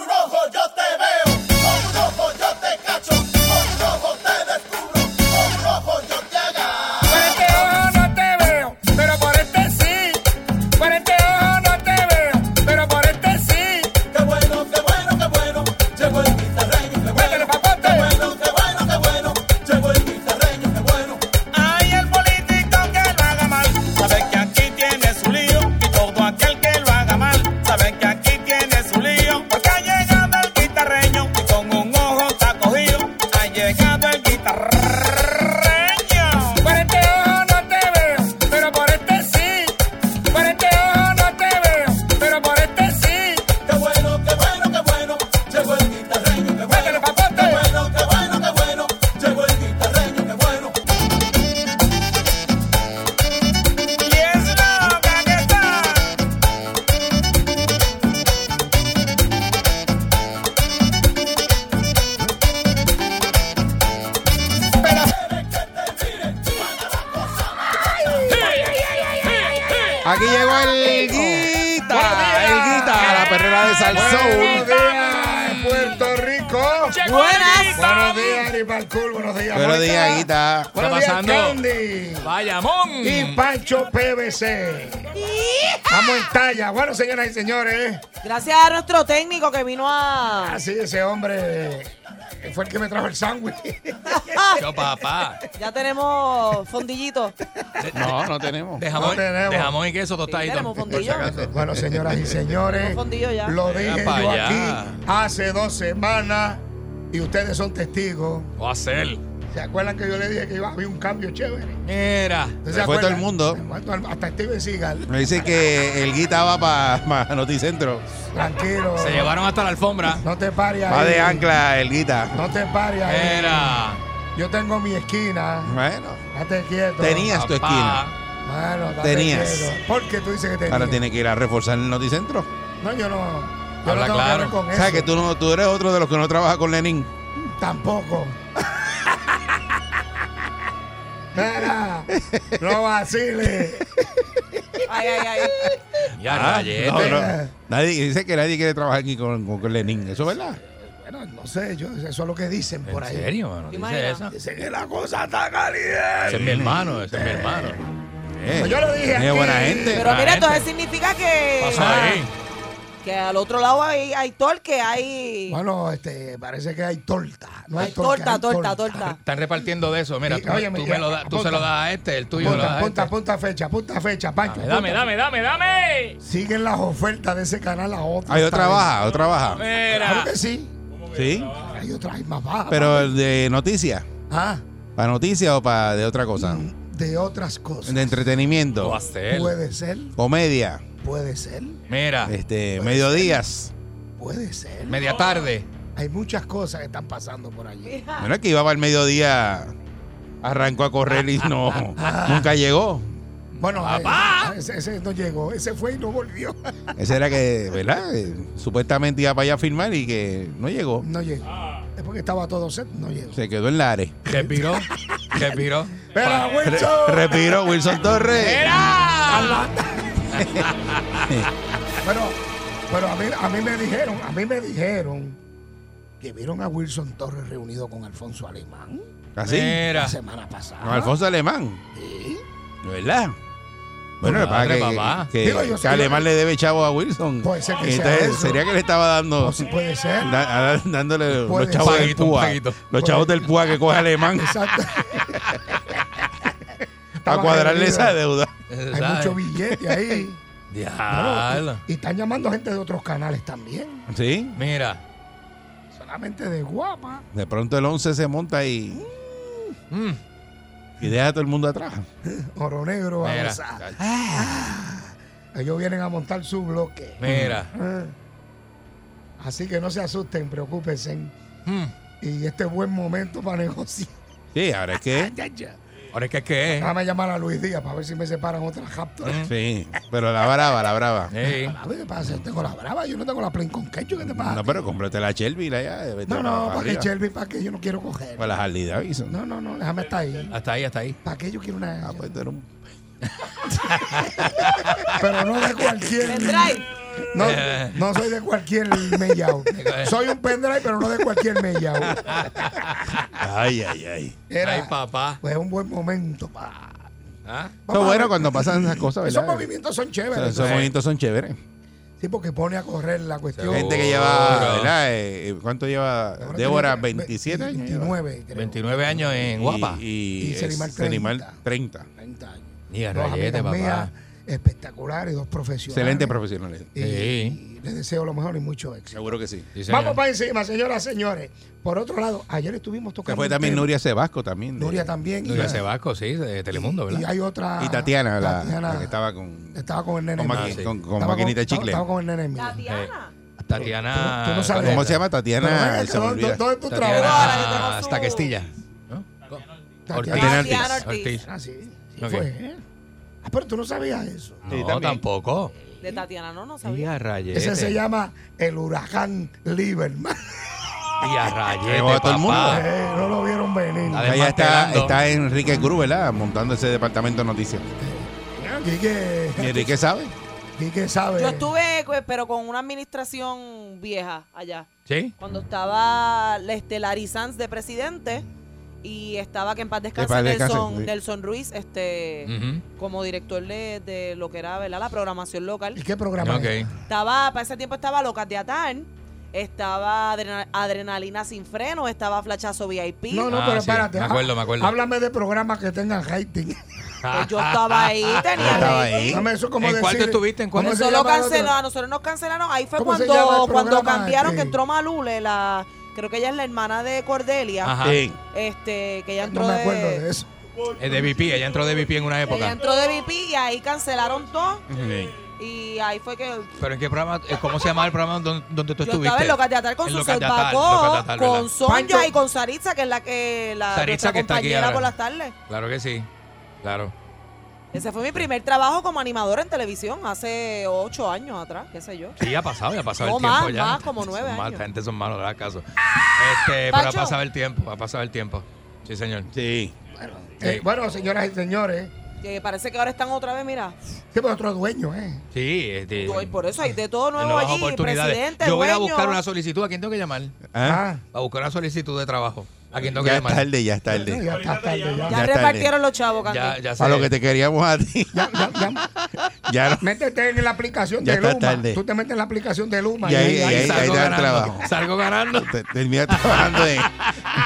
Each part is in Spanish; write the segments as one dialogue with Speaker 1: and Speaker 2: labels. Speaker 1: un ojo yo te veo, con un ojo yo te cacho, con un ojo te descubro, con un ojo yo te agarro.
Speaker 2: Por este ojo no te veo, pero por este sí. Por este ojo no te veo, pero por este sí.
Speaker 1: Qué bueno, qué bueno, qué bueno, llegó el guitarreño, qué bueno,
Speaker 2: Métele, papote.
Speaker 1: qué bueno, qué bueno, qué bueno, llegó el guitarreño, qué bueno.
Speaker 2: Ay, el político que lo haga mal, sabe que aquí tiene su lío. Y todo aquel que lo haga mal, sabe que aquí tiene su lío. Porque ha llegado el guitarreño y con un ojo está cogido. Ha llegado el guitarreño. Por este ojo no te veo, pero por este sí. Por este ojo no te veo, pero por este sí.
Speaker 1: Qué bueno, qué bueno, qué bueno, llegó el guitarreño, qué bueno.
Speaker 2: Métele, papote.
Speaker 1: Qué bueno, qué bueno, qué bueno, llegó el guitarreño, qué bueno.
Speaker 2: Y es loca que está.
Speaker 3: Aquí llegó el Guita, el Guita, la perrera de
Speaker 4: Buenos
Speaker 3: Salsoul.
Speaker 4: días, Puerto Rico. Buenos días, Aripal Cool. Buenos días,
Speaker 3: Buenos
Speaker 4: Mónica.
Speaker 3: días, Guita.
Speaker 4: Buenos días,
Speaker 5: pasando?
Speaker 4: Candy.
Speaker 5: Vaya mon.
Speaker 4: Y Pancho PVC. Vamos en talla. Bueno, señoras y señores,
Speaker 6: Gracias a nuestro técnico que vino a.
Speaker 4: así Ah, ese hombre eh, fue el que me trajo el sándwich.
Speaker 5: Yo, papá.
Speaker 6: Ya tenemos fondillito.
Speaker 3: No, no tenemos.
Speaker 5: De jamón,
Speaker 4: No tenemos.
Speaker 5: de jamón y queso
Speaker 6: Sí,
Speaker 5: tostadito.
Speaker 6: tenemos fondillo.
Speaker 4: bueno, señoras y señores,
Speaker 6: Confundido ya.
Speaker 4: lo dije
Speaker 5: pa'
Speaker 4: yo
Speaker 5: allá.
Speaker 4: aquí hace dos semanas y ustedes son testigos.
Speaker 5: Voy a hacer.
Speaker 4: ¿Se acuerdan que yo le dije que iba a haber un cambio chévere?
Speaker 5: Mira.
Speaker 4: ¿Ustedes
Speaker 3: Se fue todo
Speaker 4: acuerdan?
Speaker 3: el mundo.
Speaker 4: Se fue todo el- Hasta Steven Seagal.
Speaker 3: Me dice que el Guita va para Noticentro.
Speaker 4: Tranquilo.
Speaker 5: Se llevaron hasta la alfombra.
Speaker 4: No te pares ahí.
Speaker 3: Va de ancla el Guita.
Speaker 4: No te pares ahí.
Speaker 5: Mira.
Speaker 4: Yo tengo mi esquina.
Speaker 3: Bueno,
Speaker 4: Date quieto.
Speaker 3: tenías tu
Speaker 5: Papá.
Speaker 3: esquina.
Speaker 4: Bueno, date
Speaker 3: Tenías.
Speaker 4: quieto. ¿Por qué tú dices que tenías?
Speaker 3: Ahora tiene que ir a reforzar el Noticentro.
Speaker 4: No, yo no. Yo
Speaker 5: Habla
Speaker 4: no tengo que ver
Speaker 5: claro.
Speaker 4: con
Speaker 3: O
Speaker 4: eso.
Speaker 3: sea, que tú, no, tú eres otro de los que no trabaja con Lenin.
Speaker 4: Tampoco. Mira, no vaciles.
Speaker 6: Ay, ay, ay.
Speaker 5: Ya rayete.
Speaker 3: no, no. Nadie, dice que nadie quiere trabajar aquí con, con- con Lenin. ¿Eso es verdad?
Speaker 4: Bueno, no sé, yo, eso es lo que dicen por
Speaker 5: ¿En
Speaker 4: ahí.
Speaker 5: serio, mano? Dice
Speaker 6: imaginas?
Speaker 5: eso.
Speaker 4: Dicen que la cosa está cálida.
Speaker 5: Ese es mi hermano, ese es mi hermano.
Speaker 3: Eh,
Speaker 4: Pues Yo lo dije
Speaker 3: tiene
Speaker 4: aquí.
Speaker 3: buena gente.
Speaker 6: Pero mira,
Speaker 5: gente.
Speaker 6: entonces significa que. ah,
Speaker 5: Pasó ahí.
Speaker 6: Que al otro lado hay, hay torque, hay.
Speaker 4: Bueno, este, parece que hay torta. No hay,
Speaker 6: Hay torta, torta, torta.
Speaker 5: Están repartiendo de eso. Mira,
Speaker 4: Y-
Speaker 5: tú,
Speaker 4: óyeme,
Speaker 5: tú
Speaker 4: ya,
Speaker 5: me lo das- tú
Speaker 4: apunta.
Speaker 5: se lo das a este, el tuyo lo
Speaker 4: Punta,
Speaker 5: das a
Speaker 4: punta,
Speaker 5: este.
Speaker 4: punta fecha, punta fecha, Pancho.
Speaker 5: Dame,
Speaker 4: punta.
Speaker 5: dame, dame, dame.
Speaker 4: Siguen las ofertas de ese canal a otro.
Speaker 3: Hay otra
Speaker 4: Esta vez.
Speaker 3: baja, otra
Speaker 4: Eh.
Speaker 3: baja.
Speaker 5: Mira.
Speaker 4: Claro que sí.
Speaker 3: Sí,
Speaker 4: Hay otra, hay más baja.
Speaker 3: pero el de noticias.
Speaker 4: Ah,
Speaker 3: ¿Para noticias o para de otra cosa?
Speaker 4: de otras cosas.
Speaker 3: De entretenimiento,
Speaker 5: Voy a hacer.
Speaker 4: Puede ser,
Speaker 3: comedia,
Speaker 4: puede ser,
Speaker 5: Mira.
Speaker 3: este, mediodías.
Speaker 4: puede ser.
Speaker 5: Media tarde.
Speaker 4: Hay muchas cosas que están pasando por allí.
Speaker 3: Mira que iba para el mediodía, arrancó a correr y no, nunca llegó.
Speaker 4: Bueno, eh, Ese, ese no llegó, ese fue y no volvió.
Speaker 3: Ese era que, ¿verdad? Eh, Supuestamente iba para allá a firmar y que no llegó.
Speaker 4: No llegó. Es porque estaba todo set, no llegó.
Speaker 3: Se quedó en la área.
Speaker 5: Respiró. Respiró.
Speaker 4: Pero,
Speaker 3: Re-
Speaker 4: Wilson.
Speaker 3: Respiró Wilson Torres.
Speaker 4: Pero, pero a, mí, a mí me dijeron, a mí me dijeron que vieron a Wilson Torres reunido con Alfonso Alemán
Speaker 3: Así.
Speaker 5: Mira.
Speaker 4: la semana pasada.
Speaker 3: Con Alfonso Alemán. ¿De ¿Verdad? Bueno, lo que pasa
Speaker 5: Madre,
Speaker 3: es que-
Speaker 5: papá.
Speaker 3: que,
Speaker 4: Digo, yo
Speaker 3: que
Speaker 4: sé-
Speaker 3: Alemán le debe chavo a Wilson.
Speaker 4: Puede ser que sea
Speaker 3: Entonces,
Speaker 4: eso.
Speaker 3: sería que Pues le estaba dando.
Speaker 4: No, si puede ser.
Speaker 3: Da- a- dándole
Speaker 4: Puede
Speaker 3: los chavos
Speaker 5: ser.
Speaker 3: del
Speaker 5: Paguito, un
Speaker 3: púa.
Speaker 5: paguito.
Speaker 3: Los chavos del púa que coge alemán
Speaker 4: Exacto.
Speaker 3: a
Speaker 4: Estaba
Speaker 3: cuadrarle
Speaker 4: reunido.
Speaker 3: esa deuda.
Speaker 4: Hay mucho billete ahí.
Speaker 5: Diablo.
Speaker 4: Y están llamando gente de otros canales también.
Speaker 3: Sí,
Speaker 5: Mira.
Speaker 4: Solamente de guapa.
Speaker 3: de pronto el 11 se monta y,
Speaker 5: Mm.
Speaker 3: y deja a todo el mundo atrás.
Speaker 4: Oro negro.
Speaker 5: Mira.
Speaker 4: avanzada. Ellos vienen a montar su bloque.
Speaker 5: Mira.
Speaker 4: Ah. Así que no se asusten, preocúpense.
Speaker 5: Mm.
Speaker 4: Y este es buen momento para negociar.
Speaker 3: Sí, ahora es que.
Speaker 5: Ahora es que qué es. Hmm.
Speaker 4: Déjame llamar a Luis Díaz para ver si me separan otra raptor.
Speaker 3: Sí, pero la brava, la brava.
Speaker 5: Ey.
Speaker 4: A ver qué pasa. Yo tengo la brava, yo no tengo la plain con ketchup. ¿Qué te pasa?
Speaker 3: No, pero cómprate la Shelby, la ya. eh, vete
Speaker 4: no, no, para
Speaker 3: arriba.
Speaker 4: que Shelby, para que yo no quiero coger.
Speaker 3: O la Harley Davidson.
Speaker 4: No, no, no, déjame estar ahí.
Speaker 5: Hasta ahí, hasta ahí.
Speaker 3: pues.
Speaker 4: ¿Para qué yo quiero una?
Speaker 3: Ah, pues, tú eres un-
Speaker 4: pero no de cualquier.
Speaker 6: Pendrive.
Speaker 4: No, no soy de cualquier mellao. Soy un pendrive, pero no de cualquier mellao.
Speaker 3: Ay, ay, ay.
Speaker 4: Era
Speaker 5: Ay, papá.
Speaker 4: pues, un buen momento. pa.
Speaker 5: ¿Ah?
Speaker 3: Eso es bueno cuando pasan esas cosas,
Speaker 4: Esos
Speaker 3: ¿verdad?
Speaker 4: movimientos son chéveres.
Speaker 3: Esos movimientos son chéveres.
Speaker 4: Sí, porque pone a correr la cuestión.
Speaker 3: Gente que
Speaker 5: Seguro.
Speaker 3: lleva, ¿verdad? Eh, ¿Cuánto lleva
Speaker 4: Ahora tiene
Speaker 3: Débora?
Speaker 4: ve-
Speaker 3: 27 años. lleva.
Speaker 4: 29, creo.
Speaker 5: 29 años en
Speaker 3: Y-
Speaker 5: Guapa.
Speaker 3: Y,
Speaker 4: Y Selimar
Speaker 3: es- Selimar
Speaker 4: 30.
Speaker 3: 30.
Speaker 4: 30 años.
Speaker 5: Ni a
Speaker 4: Dos
Speaker 5: rayete,
Speaker 4: amigas
Speaker 5: papá.
Speaker 4: mías espectaculares, dos profesionales.
Speaker 3: Excelente profesional.
Speaker 4: Y,
Speaker 5: Sí.
Speaker 4: y les deseo lo mejor y mucho éxito.
Speaker 3: Seguro que sí.
Speaker 5: Sí, señor.
Speaker 4: Vamos para encima, señoras y señores. Por otro lado, ayer estuvimos
Speaker 3: Se
Speaker 4: tocando.
Speaker 3: fue
Speaker 4: un
Speaker 3: también
Speaker 4: tema.
Speaker 3: Nuria Sebasco también. de-
Speaker 4: Nuria también.
Speaker 5: Nuria
Speaker 4: y,
Speaker 5: Sebasco, sí, de Telemundo,
Speaker 4: y
Speaker 5: ¿verdad?
Speaker 4: hay otra.
Speaker 3: Y Tatiana, la,
Speaker 4: Tatiana
Speaker 3: la que estaba con,
Speaker 4: estaba con el nene.
Speaker 3: con,
Speaker 4: mío.
Speaker 3: maqui-
Speaker 5: sí.
Speaker 3: con- con
Speaker 4: Estaba
Speaker 3: maquinita de
Speaker 4: estaba-
Speaker 3: chicle.
Speaker 4: Estaba con el nene mío.
Speaker 6: Tatiana.
Speaker 5: Tatiana.
Speaker 4: Tú- tú no sabes.
Speaker 5: Caleta.
Speaker 3: ¿Cómo se llama?
Speaker 4: Pero
Speaker 3: Tatiana.
Speaker 4: venga,
Speaker 3: se me
Speaker 4: ¿dó-
Speaker 3: olvida.
Speaker 4: dó- ¿Dónde tú trabajas?
Speaker 5: Eh, Tatiana
Speaker 6: Tatiana
Speaker 5: hasta Castilla.
Speaker 4: Tatiana
Speaker 3: Ortiz.
Speaker 6: Tatiana Ortiz.
Speaker 5: Ortiz.
Speaker 4: Ah, sí. sí
Speaker 5: Ok.
Speaker 4: fue, ¿eh? Ah, pero tú no sabías eso.
Speaker 3: Sí,
Speaker 5: No,
Speaker 3: también.
Speaker 5: tampoco.
Speaker 6: De Tatiana no, no
Speaker 5: Y
Speaker 6: sabía.
Speaker 5: a rayete.
Speaker 4: Ese se llama el huracán Lieberman.
Speaker 5: Y a rayete,
Speaker 3: Llegó a todo el
Speaker 5: este papá.
Speaker 3: mundo.
Speaker 4: Eh, no lo vieron venir.
Speaker 5: Está
Speaker 3: Allá está,
Speaker 5: desmantelando.
Speaker 3: está Enrique Cruz, ¿verdad? Montando ese departamento de noticias.
Speaker 4: Quique,
Speaker 3: ¿Y Enrique sabe?
Speaker 4: Quique sabe.
Speaker 6: Yo estuve, pues, pero con una administración vieja allá.
Speaker 5: ¿Sí?
Speaker 6: Cuando estaba la Larry Sanz de presidente y estaba que en paz descanse,
Speaker 3: Que en paz descanse,
Speaker 6: Nelson,
Speaker 3: sí.
Speaker 6: Nelson Ruiz, este,
Speaker 5: Ujú.
Speaker 6: como director de, de lo que era, ¿verdad? La programación local.
Speaker 4: ¿Y qué programa?
Speaker 5: Ok.
Speaker 4: es?
Speaker 6: Estaba, para ese tiempo estaba Locas de Atar, estaba adrena- Adrenalina sin freno, estaba Flachazo VIP.
Speaker 4: No, no,
Speaker 5: Ah,
Speaker 4: pero
Speaker 5: sí,
Speaker 4: espérate.
Speaker 5: me acuerdo, me acuerdo.
Speaker 4: Háblame de programas que tengan rating.
Speaker 6: Pues yo estaba ahí, tenía
Speaker 3: Estaba
Speaker 6: rating.
Speaker 3: ahí.
Speaker 4: Dame eso como
Speaker 5: ¿En cuál
Speaker 4: decir-
Speaker 5: tú estuviste? ¿En cuál?
Speaker 4: ¿cómo se
Speaker 6: Eso lo
Speaker 4: llama el otro?
Speaker 6: canceló, a nosotros nos cancelaron. Ahí fue
Speaker 4: ¿Cómo se
Speaker 6: cuando,
Speaker 4: llama el
Speaker 6: cuando
Speaker 4: programa
Speaker 6: cambiaron
Speaker 4: este?
Speaker 6: que entró Malule, la, creo que ella es la hermana de Cordelia,
Speaker 5: Ajá.
Speaker 3: Sí.
Speaker 6: este, que ella entró
Speaker 4: No me acuerdo de eso.
Speaker 5: Es de VP, ella entró de VP en una
Speaker 6: Ella
Speaker 5: época.
Speaker 6: Eh, entró de VP y ahí cancelaron todo.
Speaker 3: Sí.
Speaker 6: Y ahí fue que
Speaker 5: ¿Pero en qué programa? eh, ¿Cómo se llama el programa donde, donde tú
Speaker 6: yo
Speaker 5: estuviste?
Speaker 6: estaba en Locas de Atar con
Speaker 5: En
Speaker 6: su
Speaker 5: Locas de Atar, Locas de
Speaker 6: salpacó,
Speaker 5: Atar,
Speaker 6: con
Speaker 5: ¿verdad?
Speaker 6: Sonja
Speaker 4: Pancho-
Speaker 6: y con Saritza, que es la que la
Speaker 5: Saritza,
Speaker 6: nuestra
Speaker 5: que está aquí
Speaker 6: compañera
Speaker 5: ahora.
Speaker 6: por las tardes.
Speaker 5: Claro que sí. Claro.
Speaker 6: Ese fue mi primer trabajo como animadora en televisión hace ocho años atrás, qué sé yo.
Speaker 5: Sí, ha pasado, ya ha pasado
Speaker 6: No,
Speaker 5: el tiempo
Speaker 6: más,
Speaker 5: ya.
Speaker 6: más, como nueve
Speaker 5: Son mal,
Speaker 6: años.
Speaker 5: esta gente son malos, de caso. Este, pero ha
Speaker 6: Pacho.
Speaker 5: pasado el tiempo, ha pasado el tiempo. Sí, señor.
Speaker 3: Sí.
Speaker 4: Eh, bueno, señoras y señores,
Speaker 6: Que parece que ahora están otra vez, mira.
Speaker 4: que por otro dueño, ¿eh?
Speaker 5: Sí, este,
Speaker 6: Yo- y por eso hay de todo nuevo
Speaker 5: nuevas
Speaker 6: allí, presidente,
Speaker 5: Yo voy a
Speaker 6: dueño.
Speaker 5: buscar una solicitud. ¿A quién tengo que llamar?
Speaker 3: Ah,
Speaker 4: Ah,
Speaker 5: A buscar una solicitud de trabajo. ¿A quién tengo que
Speaker 3: ya es
Speaker 5: llamar?
Speaker 3: tarde, ya es
Speaker 4: no,
Speaker 3: tarde.
Speaker 4: ya está tarde. Ya.
Speaker 6: Ya,
Speaker 3: Ya está
Speaker 6: repartieron los chavos, Candy.
Speaker 5: Ya, ya sé.
Speaker 3: A lo que te queríamos a ti.
Speaker 4: Ya, ya, ya.
Speaker 3: Ya no.
Speaker 4: Métete en la aplicación
Speaker 3: Ya
Speaker 4: de
Speaker 3: está
Speaker 4: Luma.
Speaker 3: tarde.
Speaker 4: Tú te metes en la aplicación de Luma.
Speaker 3: Y ahí-
Speaker 4: y-
Speaker 3: y ahí-
Speaker 5: salgo
Speaker 3: te da el
Speaker 5: ganando,
Speaker 3: trabajo.
Speaker 5: Salgo ganando.
Speaker 3: Te- Termina trabajando en,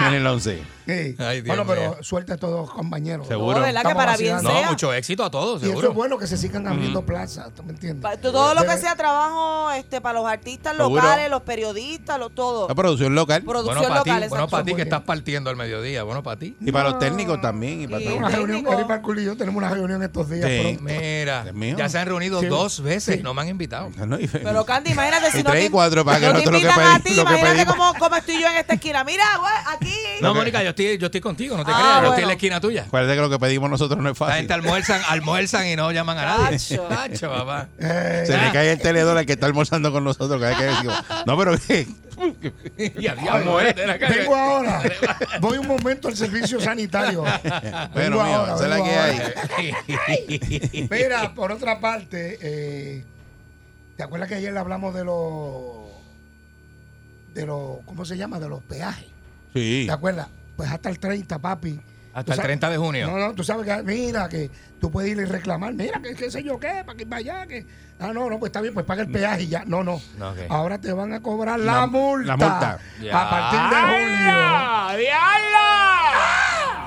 Speaker 3: en el 11.
Speaker 4: sí.
Speaker 5: Ay, Dios
Speaker 4: bueno, pero
Speaker 5: mío.
Speaker 4: suerte a todos compañeros.
Speaker 3: Seguro.
Speaker 6: No, ¿verdad? Que
Speaker 4: Estamos
Speaker 6: para bien
Speaker 4: vacilando.
Speaker 5: No,
Speaker 6: sea.
Speaker 5: mucho éxito a todos,
Speaker 4: Y eso
Speaker 5: seguro.
Speaker 4: es bueno que se sigan abriendo plazas, ¿tú me entiendes?
Speaker 6: Pa- Todo lo que
Speaker 4: Debe-
Speaker 6: sea trabajo este para los artistas
Speaker 3: Seguro.
Speaker 6: locales, los periodistas, lo, todo.
Speaker 3: La producción local.
Speaker 6: Producción
Speaker 5: Bueno, para ti,
Speaker 6: local,
Speaker 5: bueno,
Speaker 6: exacto.
Speaker 5: para ti
Speaker 4: Muy
Speaker 5: que
Speaker 4: bien.
Speaker 5: estás partiendo al mediodía. Bueno, para ti.
Speaker 3: Y para los técnicos también. Y para
Speaker 6: Y-
Speaker 3: todo.
Speaker 4: Una reunión,
Speaker 6: técnico.
Speaker 4: Eric Parkour y yo tenemos una reunión estos días.
Speaker 3: Sí.
Speaker 4: pronto.
Speaker 5: Mira,
Speaker 3: Dios mío.
Speaker 5: ya se han reunido
Speaker 4: Sí.
Speaker 5: dos veces.
Speaker 4: Sí.
Speaker 5: No me han invitado.
Speaker 3: Ah, no, y-
Speaker 6: Pero Candy, imagínate si
Speaker 3: Y
Speaker 6: no
Speaker 3: tres y
Speaker 6: te,
Speaker 3: cuatro para que
Speaker 6: no te
Speaker 3: nosotros lo que
Speaker 6: invitan
Speaker 3: pedí-
Speaker 6: a ti,
Speaker 3: lo que
Speaker 6: imagínate
Speaker 3: pedimos.
Speaker 6: cómo, cómo estoy yo en esta esquina. Mira, güey, aquí.
Speaker 5: No,
Speaker 3: Ok.
Speaker 5: Mónica, yo estoy, yo estoy contigo, no te
Speaker 6: Ah,
Speaker 5: creas. Yo estoy en
Speaker 6: bueno.
Speaker 5: la esquina tuya.
Speaker 3: Acuérdate que lo que pedimos nosotros no es
Speaker 5: La
Speaker 3: fácil.
Speaker 5: gente almuerzan, almuerzan y no llaman a nadie.
Speaker 6: Tacho.
Speaker 5: Tacho, papá.
Speaker 4: Eh,
Speaker 3: Se le cae el teledor al que está almorzando con nosotros. cada vez que decimos, no, pero ¿qué?
Speaker 5: Y a diablo, eres de la calle.
Speaker 4: vengo ahora. Voy un momento al servicio sanitario. Vengo
Speaker 3: Bueno, mío,
Speaker 4: ahora,
Speaker 3: esa es la
Speaker 4: vengo
Speaker 3: que hay.
Speaker 4: ahora. Mira, por otra parte, eh, ¿te acuerdas que ayer le hablamos de los. de los. ¿Cómo se llama? De los peajes.
Speaker 3: Sí.
Speaker 4: ¿Te acuerdas? Pues hasta el 30, papi. Tú
Speaker 5: Hasta el
Speaker 4: sabes-
Speaker 5: 30 de junio.
Speaker 4: No, no, tú sabes que, mira, que tú puedes ir y reclamar, mira, que qué sé yo qué, para que vaya, que. Ah, no, no, pues está bien, pues paga el peaje y ya. No, no.
Speaker 5: No, ok.
Speaker 4: Ahora te van a cobrar la,
Speaker 3: La-
Speaker 4: multa.
Speaker 3: la multa.
Speaker 4: A partir de julio.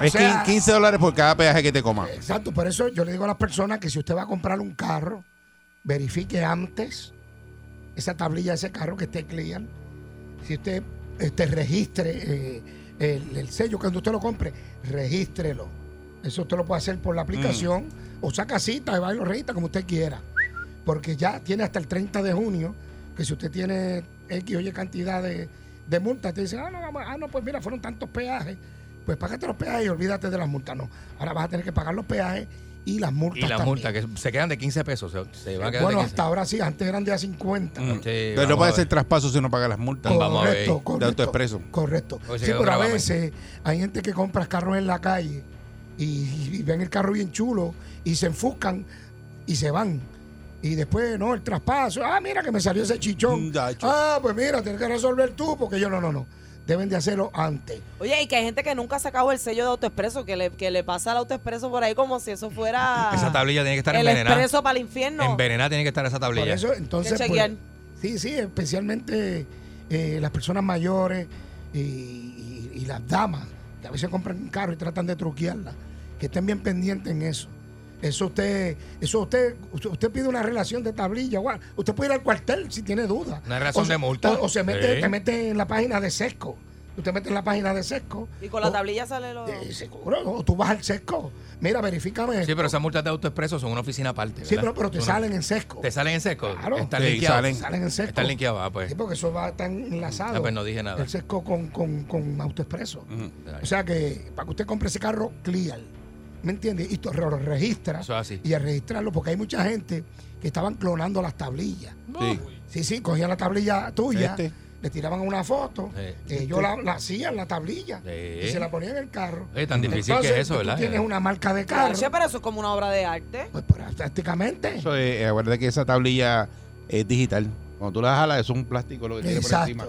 Speaker 3: Es
Speaker 4: o sea-
Speaker 3: quin- 15 dólares por cada peaje que te coman.
Speaker 4: Exacto, por eso yo le digo a las personas que si usted va a comprar un carro, verifique antes esa tablilla de ese carro que esté clear. Si usted este, registre eh, el, el sello cuando usted lo compre, regístrelo. Eso usted lo puede hacer
Speaker 5: Mm.
Speaker 4: por la aplicación o saca cita y va y lo registra como usted quiera. Porque ya tiene hasta el 30 de junio que si usted tiene X o Y cantidad de, de multas, te dicen, ah no, vamos- ah, no, pues mira, fueron tantos peajes. Pues págate los peajes y olvídate de las multas. No, ahora vas a tener que pagar los peajes y las multas.
Speaker 5: Y las
Speaker 4: también.
Speaker 5: multas, que se quedan de 15 pesos. Se, se van a quedar
Speaker 4: Bueno,
Speaker 5: de 15.
Speaker 4: hasta ahora sí, antes eran de a 50.
Speaker 5: Sí,
Speaker 3: Entonces no
Speaker 5: vamos a
Speaker 3: puede
Speaker 5: ver.
Speaker 3: hacer traspaso si no paga las multas.
Speaker 5: Con- vamos a ver,
Speaker 4: Correcto, correcto.
Speaker 3: autoexpreso.
Speaker 4: Correcto.
Speaker 5: Hoy se
Speaker 4: sí,
Speaker 5: quedó
Speaker 4: pero a
Speaker 5: grabado.
Speaker 4: veces hay gente que compra carros en la calle y, y- y ven el carro bien chulo y se enfuscan y se van. Y, Y después, no, el traspaso. Ah, mira que me salió ese chichón.
Speaker 3: Mm, gacho.
Speaker 4: Ah, pues mira, tienes que resolver tú, porque yo no, no, no. Deben de hacerlo antes.
Speaker 6: Oye, y que hay gente que nunca ha sacado el sello de autoexpreso, que le, que le pasa al autoexpreso por ahí como si eso fuera.
Speaker 5: Esa tablilla tiene que estar
Speaker 6: el
Speaker 5: envenenada.
Speaker 6: expreso para el infierno.
Speaker 5: Envenenada tiene que estar esa
Speaker 4: Por
Speaker 5: tablilla.
Speaker 4: eso, entonces.
Speaker 6: Que
Speaker 4: pues,
Speaker 6: chequear.
Speaker 4: sí, sí, especialmente eh, las personas mayores y, y- y las damas, que a veces compran un carro y tratan de truquearla, que estén bien pendientes en eso. Eso usted, eso usted, usted, usted pide una relación de tablilla, guau. usted puede ir al cuartel si tiene dudas.
Speaker 5: Una relación de multa.
Speaker 4: O, o se mete,
Speaker 5: Sí.
Speaker 4: te mete en la página de sesco. Usted mete en la página de sesco.
Speaker 6: y con la
Speaker 4: o-
Speaker 6: tablilla sale lo.
Speaker 4: eh, seguro, o tú vas al sesco. Mira, verifícame.
Speaker 5: Sí, pero esas multas de autoexpreso son una oficina aparte.
Speaker 4: Sí,
Speaker 5: ¿verdad?
Speaker 4: pero, pero te
Speaker 5: Una-
Speaker 4: salen en sesco.
Speaker 5: ¿Te salen en seco?
Speaker 4: Claro.
Speaker 5: Están
Speaker 3: Sí,
Speaker 5: linkeados.
Speaker 3: salen.
Speaker 4: Salen en sesco.
Speaker 5: Están linkeados, ah, pues.
Speaker 4: Sí, porque eso va tan enlazado.
Speaker 5: Ah, pues no dije nada. Mm.
Speaker 4: El sesco con, con, con autoexpreso. O sea que para que usted compre ese carro, clear. ¿Me entiende? Y tú lo registra.
Speaker 5: Eso es así.
Speaker 4: Y al registrarlo, porque hay mucha gente que estaban clonando las tablillas.
Speaker 3: Sí.
Speaker 4: Sí, sí, cogían la tablilla tuya,
Speaker 3: Este.
Speaker 4: le tiraban una foto,
Speaker 5: Sí. este.
Speaker 4: eh, yo la, la hacía en la tablilla
Speaker 5: Sí.
Speaker 4: y se la ponía en el carro.
Speaker 5: Oye, tan difícil que es eso,
Speaker 4: tú
Speaker 5: ¿verdad?
Speaker 4: tienes una marca de carro,
Speaker 6: Cacho, pero eso es como una obra de arte.
Speaker 4: pues por- prácticamente.
Speaker 3: Eso es, eh, acuérdate que esa tablilla es digital. Cuando tú la jalas, es un plástico lo que tiene por
Speaker 4: Exacto.
Speaker 3: encima.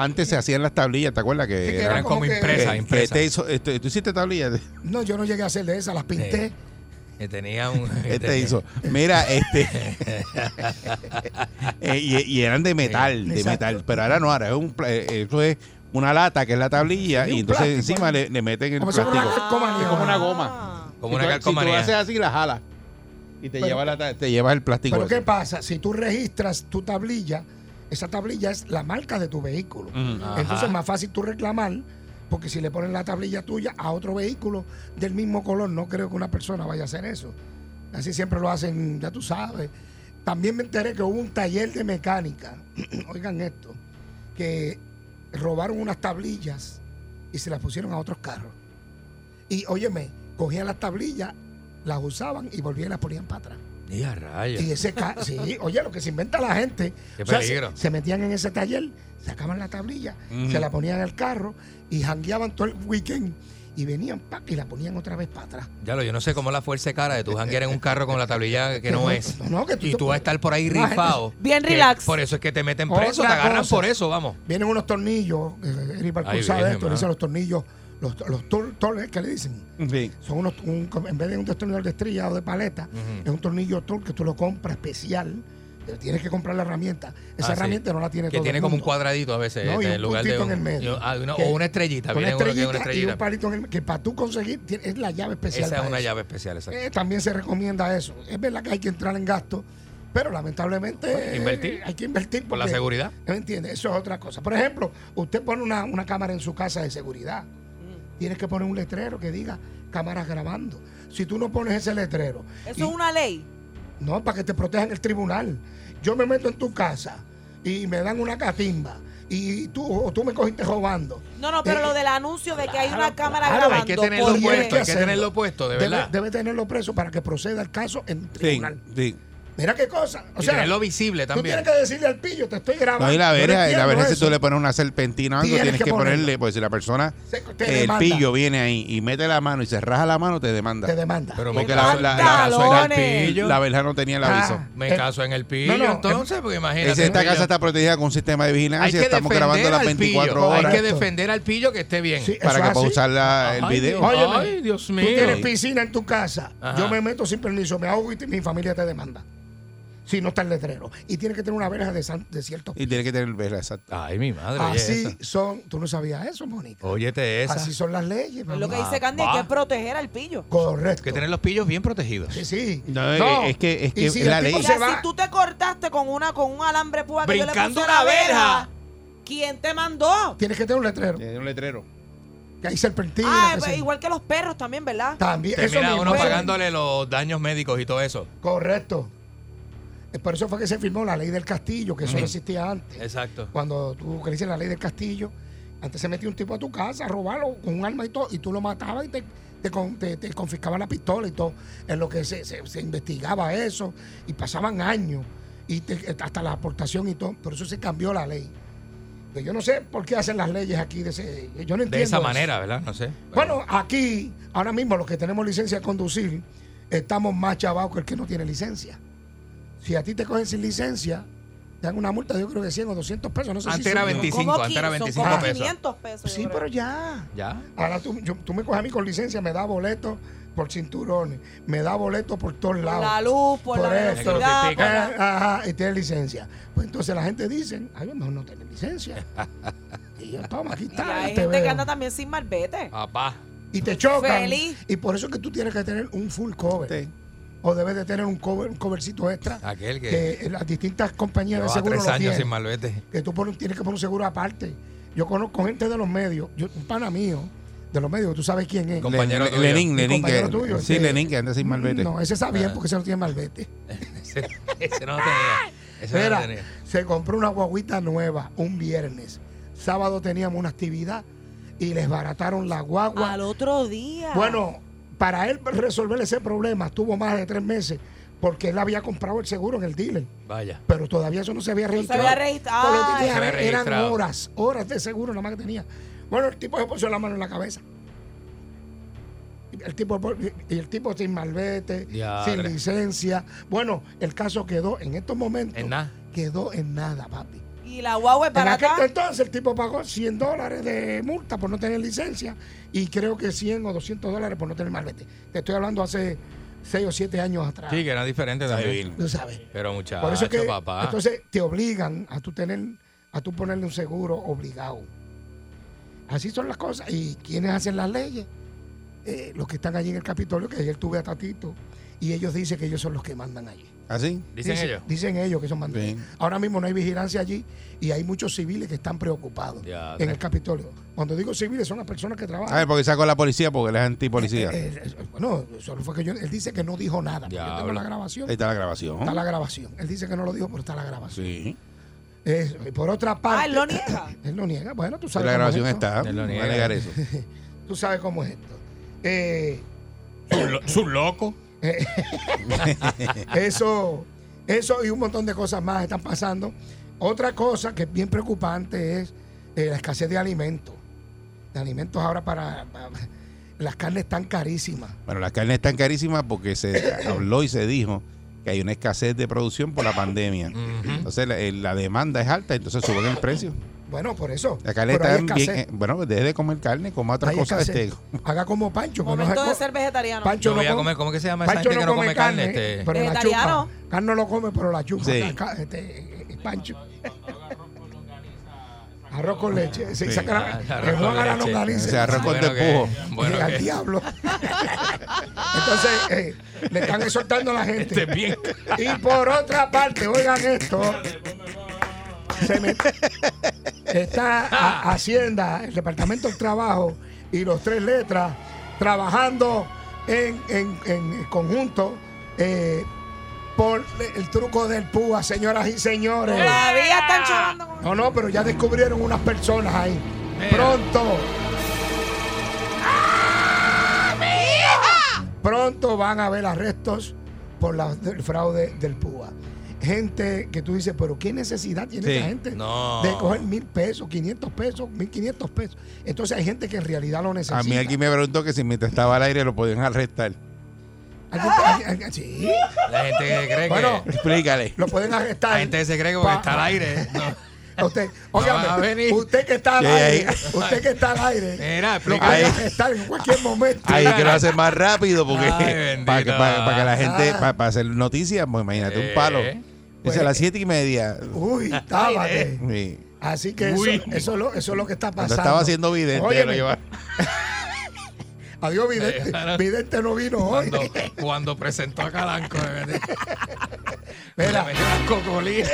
Speaker 3: Antes se hacían las tablillas, ¿te acuerdas? Que,
Speaker 4: Sí, que
Speaker 3: eran-
Speaker 4: eran
Speaker 5: Eran como
Speaker 4: como que-
Speaker 5: impresas,
Speaker 3: que-
Speaker 5: impresas.
Speaker 3: que te hizo- este, tú hiciste tablillas.
Speaker 4: No, yo no llegué a hacer de esas, las pinté.
Speaker 5: Que tenía un...
Speaker 3: Este hizo. Mira, este. Eh, y, y eran de metal, de
Speaker 4: Exacto.
Speaker 3: metal. Pero ahora no, ahora es un, pla- eh, eso es una lata que es la tablilla
Speaker 4: Sí,
Speaker 3: y
Speaker 4: un
Speaker 3: entonces
Speaker 4: plástico,
Speaker 3: encima
Speaker 4: ¿no?
Speaker 3: le, le meten el
Speaker 4: Como si fuera
Speaker 3: plástico.
Speaker 4: una calcomanía.
Speaker 3: Es como
Speaker 6: Ah.
Speaker 3: una goma.
Speaker 5: Como una
Speaker 3: Si tú- Si
Speaker 5: calcomanía.
Speaker 3: tú haces así, la jala. Y te,
Speaker 4: Pero-
Speaker 3: lleva la ta- te llevas el plástico.
Speaker 4: Pero ¿qué
Speaker 3: ese.
Speaker 4: pasa? Si tú registras tu tablilla, esa tablilla es la marca de tu vehículo.
Speaker 5: ajá.
Speaker 4: Entonces es más fácil tú reclamar, porque si le pones la tablilla tuya a otro vehículo del mismo color, no creo que una persona vaya a hacer eso. Así siempre lo hacen, ya tú sabes. También me enteré que hubo un taller de mecánica, oigan esto, que robaron unas tablillas y se las pusieron a otros carros. Y óyeme, cogían las tablillas, las usaban y volvían y las ponían para atrás.
Speaker 5: Y a rayos.
Speaker 4: Y ese ca- sí, oye, lo que se inventa la gente.
Speaker 5: Qué
Speaker 4: se-
Speaker 5: peligro.
Speaker 4: se, metían en ese taller, sacaban la tablilla, se la ponían en el carro y jangueaban todo el weekend. Y venían pa, y la ponían otra vez para atrás.
Speaker 5: Ya lo, yo no sé cómo la fuerza de cara de tú janguear en un carro con la tablilla que no
Speaker 4: no-
Speaker 5: es.
Speaker 4: no, no, que tú
Speaker 5: y
Speaker 4: te-
Speaker 5: tú vas a estar por ahí
Speaker 4: Una gente-
Speaker 5: rifado.
Speaker 6: Bien
Speaker 5: que
Speaker 6: relax.
Speaker 5: Por eso es que te meten preso, te
Speaker 4: Otra
Speaker 5: agarran
Speaker 4: cosa.
Speaker 5: por eso, vamos.
Speaker 4: Vienen unos tornillos, eh, Eric
Speaker 5: Ay,
Speaker 4: Balcón sabe
Speaker 5: virgen,
Speaker 4: esto,
Speaker 5: mano.
Speaker 4: le dicen los tornillos, los, los tor- torles que le dicen.
Speaker 3: Sí.
Speaker 4: Son unos, un- en vez de un destornillador de estrella o de paleta, es un tornillo tor que tú lo compras especial. pero Tienes que comprar la herramienta. Esa
Speaker 5: Ah, sí.
Speaker 4: herramienta no la tiene
Speaker 5: Que
Speaker 4: todo
Speaker 5: tiene
Speaker 4: el
Speaker 5: como un
Speaker 4: mundo.
Speaker 5: cuadradito a veces.
Speaker 4: No, y
Speaker 5: este,
Speaker 4: un
Speaker 5: en lugar de
Speaker 4: puntito
Speaker 5: un,
Speaker 4: en el medio.
Speaker 5: y- ah, y uno-
Speaker 4: Que-
Speaker 5: o una estrellita.
Speaker 4: Una
Speaker 5: Viene uno que es una
Speaker 4: estrellita y
Speaker 5: estrellita.
Speaker 4: un palito en el- que para tú conseguir tiene- es la llave especial.
Speaker 5: Esa es
Speaker 4: para
Speaker 5: una
Speaker 4: eso.
Speaker 5: llave especial, exacto.
Speaker 4: Eh, también se recomienda eso. Es verdad que hay que entrar en gastos, pero lamentablemente eh,
Speaker 5: Invertir.
Speaker 4: hay que invertir
Speaker 5: Por la
Speaker 4: porque-
Speaker 5: seguridad.
Speaker 4: ¿Me entiendes? Eso es otra cosa. Por ejemplo, usted pone una, una cámara en su casa de seguridad.
Speaker 6: Mm.
Speaker 4: Tienes que poner un letrero que diga cámaras grabando. Si tú no pones ese letrero,
Speaker 6: Eso
Speaker 4: y-
Speaker 6: es una ley.
Speaker 4: no, para que te protejan el tribunal. Yo me meto en tu casa y me dan una catimba y tú, o tú me cogiste robando.
Speaker 6: No, no, pero
Speaker 4: Eh,
Speaker 6: lo del anuncio de que hay una
Speaker 4: claro,
Speaker 6: cámara
Speaker 4: claro.
Speaker 6: grabando.
Speaker 5: Hay que tenerlo
Speaker 6: porque-
Speaker 5: puesto, hay
Speaker 4: Tienes
Speaker 5: que
Speaker 4: hacerlo.
Speaker 5: tenerlo puesto, de
Speaker 4: Debe-
Speaker 5: verdad.
Speaker 4: Debe, tenerlo preso para que proceda el caso en
Speaker 3: Sí,
Speaker 4: tribunal. Ah,
Speaker 3: sí.
Speaker 4: Mira qué cosa. O
Speaker 5: y
Speaker 4: sea,
Speaker 5: tenerlo visible
Speaker 4: tú
Speaker 5: también.
Speaker 4: tienes que decirle al pillo, te estoy grabando.
Speaker 3: No, y la
Speaker 4: Yo
Speaker 3: verja, y la
Speaker 4: entiendo
Speaker 3: verja si
Speaker 4: eso.
Speaker 3: tú le pones una serpentina o algo,
Speaker 4: Tienes
Speaker 3: tienes,
Speaker 4: que
Speaker 3: que,
Speaker 4: ponerla.
Speaker 3: ponerle, porque si la persona,
Speaker 4: Se- te
Speaker 3: el
Speaker 4: demanda.
Speaker 3: pillo viene ahí y mete la mano y se raja la mano, te demanda.
Speaker 4: Te demanda.
Speaker 5: Pero me
Speaker 3: porque
Speaker 5: caso,
Speaker 3: la,
Speaker 5: en-
Speaker 3: la,
Speaker 5: me
Speaker 3: la,
Speaker 5: caso en el
Speaker 6: Pantalones.
Speaker 5: pillo.
Speaker 3: la verja no tenía el
Speaker 4: Ah.
Speaker 3: aviso.
Speaker 5: me caso en el pillo,
Speaker 4: no,
Speaker 5: entonces, porque imagínate.
Speaker 3: Dice, esta
Speaker 5: pillo.
Speaker 3: casa em- está protegida con un sistema
Speaker 4: Ah,
Speaker 3: de
Speaker 5: Hay
Speaker 3: vigilancia,
Speaker 5: que
Speaker 3: estamos
Speaker 5: defender
Speaker 3: grabando las
Speaker 5: al
Speaker 3: 24
Speaker 5: pillo,
Speaker 3: horas
Speaker 5: Hay que
Speaker 4: esto.
Speaker 5: defender al pillo que esté bien.
Speaker 4: Sí, eso
Speaker 3: para
Speaker 4: es
Speaker 3: que
Speaker 4: así.
Speaker 3: pausar la- el
Speaker 5: Ay,
Speaker 3: video.
Speaker 5: Dios-
Speaker 4: Óyeme,
Speaker 5: Ay, Dios
Speaker 4: Tú tienes
Speaker 5: mío.
Speaker 4: piscina en tu casa.
Speaker 5: Ajá.
Speaker 4: Yo me meto sin permiso, me ahogo y te- mi familia te demanda. Si no está el letrero. Y tienes que tener una verja de, san- de cierto.
Speaker 3: Y tiene que tener verja, exacto.
Speaker 5: Ay, mi madre. oye
Speaker 4: Así
Speaker 5: esa.
Speaker 4: son. Tú no sabías eso, Mónica.
Speaker 5: Óyete esa.
Speaker 4: Así son las leyes.
Speaker 6: Es lo que
Speaker 4: mamá.
Speaker 6: dice Candy, hay
Speaker 5: va.
Speaker 6: que proteger al pillo.
Speaker 4: Correcto.
Speaker 5: Que tener los pillos bien protegidos.
Speaker 4: Sí, sí.
Speaker 3: No, es que-
Speaker 4: y
Speaker 3: es que
Speaker 4: si
Speaker 3: es
Speaker 4: el
Speaker 3: la
Speaker 4: tipo
Speaker 6: O
Speaker 3: ley.
Speaker 4: se
Speaker 6: sea,
Speaker 4: va-
Speaker 6: si tú te cortaste con una con un alambre púa que yo le
Speaker 5: Brincando
Speaker 6: puse
Speaker 5: una
Speaker 6: una
Speaker 5: verja.
Speaker 6: verja, ¿quién te mandó?
Speaker 4: Tienes que tener un letrero.
Speaker 3: Tiene un letrero.
Speaker 4: Que hay serpentina.
Speaker 6: Ah,
Speaker 4: que
Speaker 6: pues,
Speaker 4: se-
Speaker 6: igual que los perros también, ¿verdad?
Speaker 4: También. eso
Speaker 5: Termina
Speaker 4: mismo.
Speaker 5: uno pagándole los daños médicos y todo eso.
Speaker 4: Correcto. Eh, Por eso fue que se firmó la ley del castillo, que eso no existía antes.
Speaker 5: Exacto.
Speaker 4: Cuando tú creías en la ley del castillo, antes se metía un tipo a tu casa a robarlo con un arma y todo, y tú lo matabas y te, te, con- te- te confiscaban la pistola y todo. En lo que se, se- se investigaba eso, y pasaban años, y te- hasta la aportación y todo. Por eso se cambió la ley. Pero yo no sé por qué hacen las leyes aquí de, ese- yo no entiendo
Speaker 5: De esa
Speaker 4: eso.
Speaker 5: manera, ¿verdad? No sé.
Speaker 4: Bueno, aquí, ahora mismo, los que tenemos licencia de conducir, estamos más chavados que el que no tiene licencia. Si a ti te cogen sin licencia, te dan una multa, yo creo que 100 o 200 pesos. No sé
Speaker 5: Antes
Speaker 4: si
Speaker 5: era
Speaker 4: subió.
Speaker 5: 25.
Speaker 6: Como
Speaker 5: antes era
Speaker 6: qui-
Speaker 5: 25
Speaker 6: son como
Speaker 5: pesos.
Speaker 6: 500 pesos.
Speaker 4: Sí,
Speaker 6: yo creo.
Speaker 4: pero ya.
Speaker 5: ¿Ya?
Speaker 4: Ahora tú, yo- tú me coges a mí con licencia, me da boleto por cinturones, me da boleto por todos lados.
Speaker 6: la luz, por,
Speaker 4: Por
Speaker 6: la
Speaker 4: eso.
Speaker 6: velocidad,
Speaker 5: Te
Speaker 4: Eh,
Speaker 6: por la-
Speaker 4: ajá, y tiene licencia. Pues entonces la gente dice, ay, mejor no tiene licencia. y yo, toma, aquí
Speaker 6: Y
Speaker 4: está.
Speaker 6: hay
Speaker 4: Ah, te
Speaker 6: gente que
Speaker 4: veo".
Speaker 6: anda también sin malvete.
Speaker 5: Papá.
Speaker 4: y te chocan.
Speaker 6: Feliz.
Speaker 4: Y por eso es que tú tienes que tener un full cover.
Speaker 3: Sí.
Speaker 4: O debes de tener un cover, un covercito extra.
Speaker 5: Aquel que-
Speaker 4: que eh, las distintas compañías de
Speaker 5: Ah, Llevaba
Speaker 4: seguro
Speaker 5: tres
Speaker 4: lo
Speaker 5: años
Speaker 4: tienen.
Speaker 5: sin malvete.
Speaker 4: que tú pones- tienes que poner un seguro aparte. Yo conozco gente de los medios, yo, un pana mío de los medios, tú sabes quién es.
Speaker 5: Compañero
Speaker 3: Le-
Speaker 5: tuyo.
Speaker 3: Lenin, Lenin.
Speaker 4: compañero
Speaker 3: que-
Speaker 4: tuyo,
Speaker 3: Sí,
Speaker 4: este-
Speaker 3: Lenin, que anda sin malvete.
Speaker 4: No, ese está bien porque ese no tiene malvete.
Speaker 5: Ese, ese no lo tenía. Ese no
Speaker 4: Mira,
Speaker 5: lo tenía.
Speaker 4: se compró una guaguita nueva un viernes. Sábado teníamos una actividad y les barataron la guagua.
Speaker 6: Al otro día.
Speaker 4: Bueno, para él resolver ese problema estuvo más de tres meses porque él había comprado el seguro en el dealer.
Speaker 5: Vaya.
Speaker 4: Pero todavía eso no se había registrado.
Speaker 6: había registrado.
Speaker 4: Por lo
Speaker 6: Ay.
Speaker 4: que tenía
Speaker 5: Se había
Speaker 4: era- eran
Speaker 5: registrado.
Speaker 4: horas, horas de seguro nada más que tenía. Bueno, el tipo se puso la mano en la cabeza. El tipo, y el tipo sin malvete,
Speaker 5: Diadre.
Speaker 4: sin licencia. Bueno, el caso quedó en estos momentos.
Speaker 5: En nada.
Speaker 4: Quedó en nada, papi.
Speaker 6: y la guagua es
Speaker 4: En aquel
Speaker 6: barata.
Speaker 4: entonces el tipo pagó 100 dólares de multa por no tener licencia y creo que 100 o 200 dólares por no tener malvete. Te estoy hablando hace 6 o 7 años atrás.
Speaker 5: Sí, que era diferente también.
Speaker 4: Tú sabes.
Speaker 5: Pero muchacho,
Speaker 4: Por eso es que
Speaker 5: papá.
Speaker 4: entonces te obligan a tú tener, a tú ponerle un seguro obligado. Así son las cosas. ¿Y quiénes hacen las leyes? Eh, los que están allí en el Capitolio, que ayer tuve a Tatito, y ellos dicen que ellos son los que mandan allí.
Speaker 3: ¿Así?
Speaker 5: Dicen ellos.
Speaker 4: Dicen ellos que son mandantes.
Speaker 3: Bien.
Speaker 4: Ahora mismo no hay vigilancia allí y hay muchos civiles que están preocupados
Speaker 5: Ya,
Speaker 4: en
Speaker 5: sí.
Speaker 4: el Capitolio. Cuando digo civiles son las personas que
Speaker 3: A
Speaker 4: trabajan.
Speaker 3: ver, porque sacó la policía porque él es antipolicía. Ahí
Speaker 4: Eh, eh, bueno, solo fue que yo, él dice que no dijo nada. pero Yo tengo
Speaker 5: Diablo.
Speaker 4: la grabación.
Speaker 3: está la grabación.
Speaker 4: Está la grabación. Él dice que no lo dijo, pero está la grabación.
Speaker 3: Sí.
Speaker 4: Eso, y por otra parte.
Speaker 6: Ah, él lo niega.
Speaker 4: él lo niega. Bueno, tú sabes.
Speaker 3: La
Speaker 4: cómo es
Speaker 3: grabación
Speaker 4: esto.
Speaker 3: está.
Speaker 5: Él lo
Speaker 3: No voy a
Speaker 5: niega.
Speaker 3: negar eso.
Speaker 4: Tú sabes cómo es esto. Eh,
Speaker 5: Su loco.
Speaker 4: eso, eso y un montón de cosas más están pasando. Otra cosa que es bien preocupante es eh, la escasez de alimentos. De alimentos ahora para, para- las carnes están carísimas.
Speaker 3: Bueno, las carnes están carísimas porque se habló y se dijo que hay una escasez de producción por la pandemia. Entonces la, eh, la demanda es alta, entonces suben el precio.
Speaker 4: Bueno, por eso.
Speaker 3: La carne
Speaker 4: pero hay
Speaker 3: está bien.
Speaker 4: escasez,
Speaker 3: eh, bueno, pues deje de comer carne, coma otras
Speaker 4: hay
Speaker 3: cosas.
Speaker 4: escasez.
Speaker 3: Este,
Speaker 4: Haga como Pancho. que no
Speaker 6: Momento
Speaker 4: se
Speaker 6: de
Speaker 4: co-
Speaker 6: ser vegetariano.
Speaker 4: Pancho
Speaker 5: Yo voy
Speaker 4: no
Speaker 5: a
Speaker 4: come-
Speaker 5: comer. ¿Cómo que se llama esa gente que no come carne? este?
Speaker 4: pero la
Speaker 6: Vegetariano.
Speaker 4: chupa. Carl no lo come, pero la chupa.
Speaker 3: Sí.
Speaker 4: Ca- ca- este, eh, Pancho. Arroz con leche. Se
Speaker 3: Sí.
Speaker 4: saca
Speaker 5: Ah,
Speaker 4: la,
Speaker 5: arroz
Speaker 4: el
Speaker 5: con
Speaker 4: Juan Ara
Speaker 5: leche.
Speaker 4: longaniza.
Speaker 3: Ese arroz con
Speaker 5: Bueno, que-
Speaker 3: tepujo.
Speaker 4: Y
Speaker 5: bueno,
Speaker 4: llega al
Speaker 5: que-
Speaker 4: diablo. Entonces, eh, le están exhortando a la gente.
Speaker 5: Este es bien.
Speaker 4: Y por otra parte, oigan esto. Se me- está a- Hacienda, el Departamento del Trabajo y los tres letras trabajando en, en- en conjunto eh, por el truco del púa, señoras y señores.
Speaker 5: ¡Eh!
Speaker 6: Todavía están chorando con
Speaker 4: No, no, pero ya descubrieron unas personas ahí. Pronto.
Speaker 5: ¡Ah,
Speaker 4: Pronto van a haber arrestos por la- el fraude del PUA. Gente que tú dices, pero ¿qué necesidad tiene
Speaker 3: Sí,
Speaker 4: esta gente
Speaker 5: no.
Speaker 4: de coger mil pesos, 500 pesos, 1500 pesos? Entonces hay gente que en realidad lo necesita.
Speaker 3: a mí alguien me preguntó que si mientras estaba al aire lo podían arrestar.
Speaker 4: Alguien- alguien- alguien- sí,
Speaker 5: La gente que cree
Speaker 4: Bueno,
Speaker 5: que.
Speaker 3: Explícale.
Speaker 4: lo pueden arrestar.
Speaker 5: La gente que se cree que porque
Speaker 4: Pa-
Speaker 5: está al aire. No.
Speaker 4: A Usted,
Speaker 5: va a
Speaker 4: óigame,
Speaker 5: venir.
Speaker 4: usted que está al
Speaker 3: Sí,
Speaker 4: aire,
Speaker 3: ahí.
Speaker 4: usted que está al aire,
Speaker 5: Mira,
Speaker 4: lo
Speaker 5: explica.
Speaker 4: pueden
Speaker 3: ahí.
Speaker 4: arrestar en cualquier momento.
Speaker 3: Ahí que lo hace más rápido
Speaker 5: Ay,
Speaker 3: porque
Speaker 5: bendito.
Speaker 3: para que, para- para que la gente,
Speaker 4: Ah.
Speaker 3: para, para hacer noticias, pues imagínate un
Speaker 5: Eh.
Speaker 3: palo.
Speaker 4: Pues-
Speaker 3: es a las siete y media.
Speaker 4: Uy, tábate.
Speaker 3: Sí.
Speaker 4: Así que eso,
Speaker 5: Uy.
Speaker 4: eso, es lo, eso es lo que está
Speaker 3: Cuando
Speaker 4: pasando.
Speaker 3: estaba haciendo vidente,
Speaker 4: Óyeme,
Speaker 3: lo llevaron.
Speaker 4: Adiós, Vidente. Vidente no vino hoy.
Speaker 5: Cuando, cuando presentó a Calanco, de verdad.
Speaker 4: Mira,
Speaker 5: Me dio las cocolías.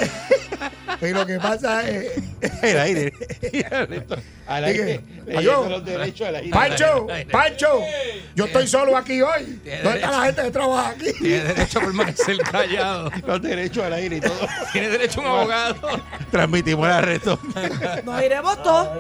Speaker 4: y lo que pasa es.
Speaker 3: El aire.
Speaker 4: es que- adiós. Pancho, Pancho, yo estoy solo aquí hoy.
Speaker 5: Tiene
Speaker 4: ¿Dónde está la gente que trabaja aquí?
Speaker 5: Tiene derecho a permanecer callado.
Speaker 3: Los derechos al aire y todo.
Speaker 5: Tiene derecho a un abogado.
Speaker 3: Transmitimos el arresto.
Speaker 6: Nos iremos todos.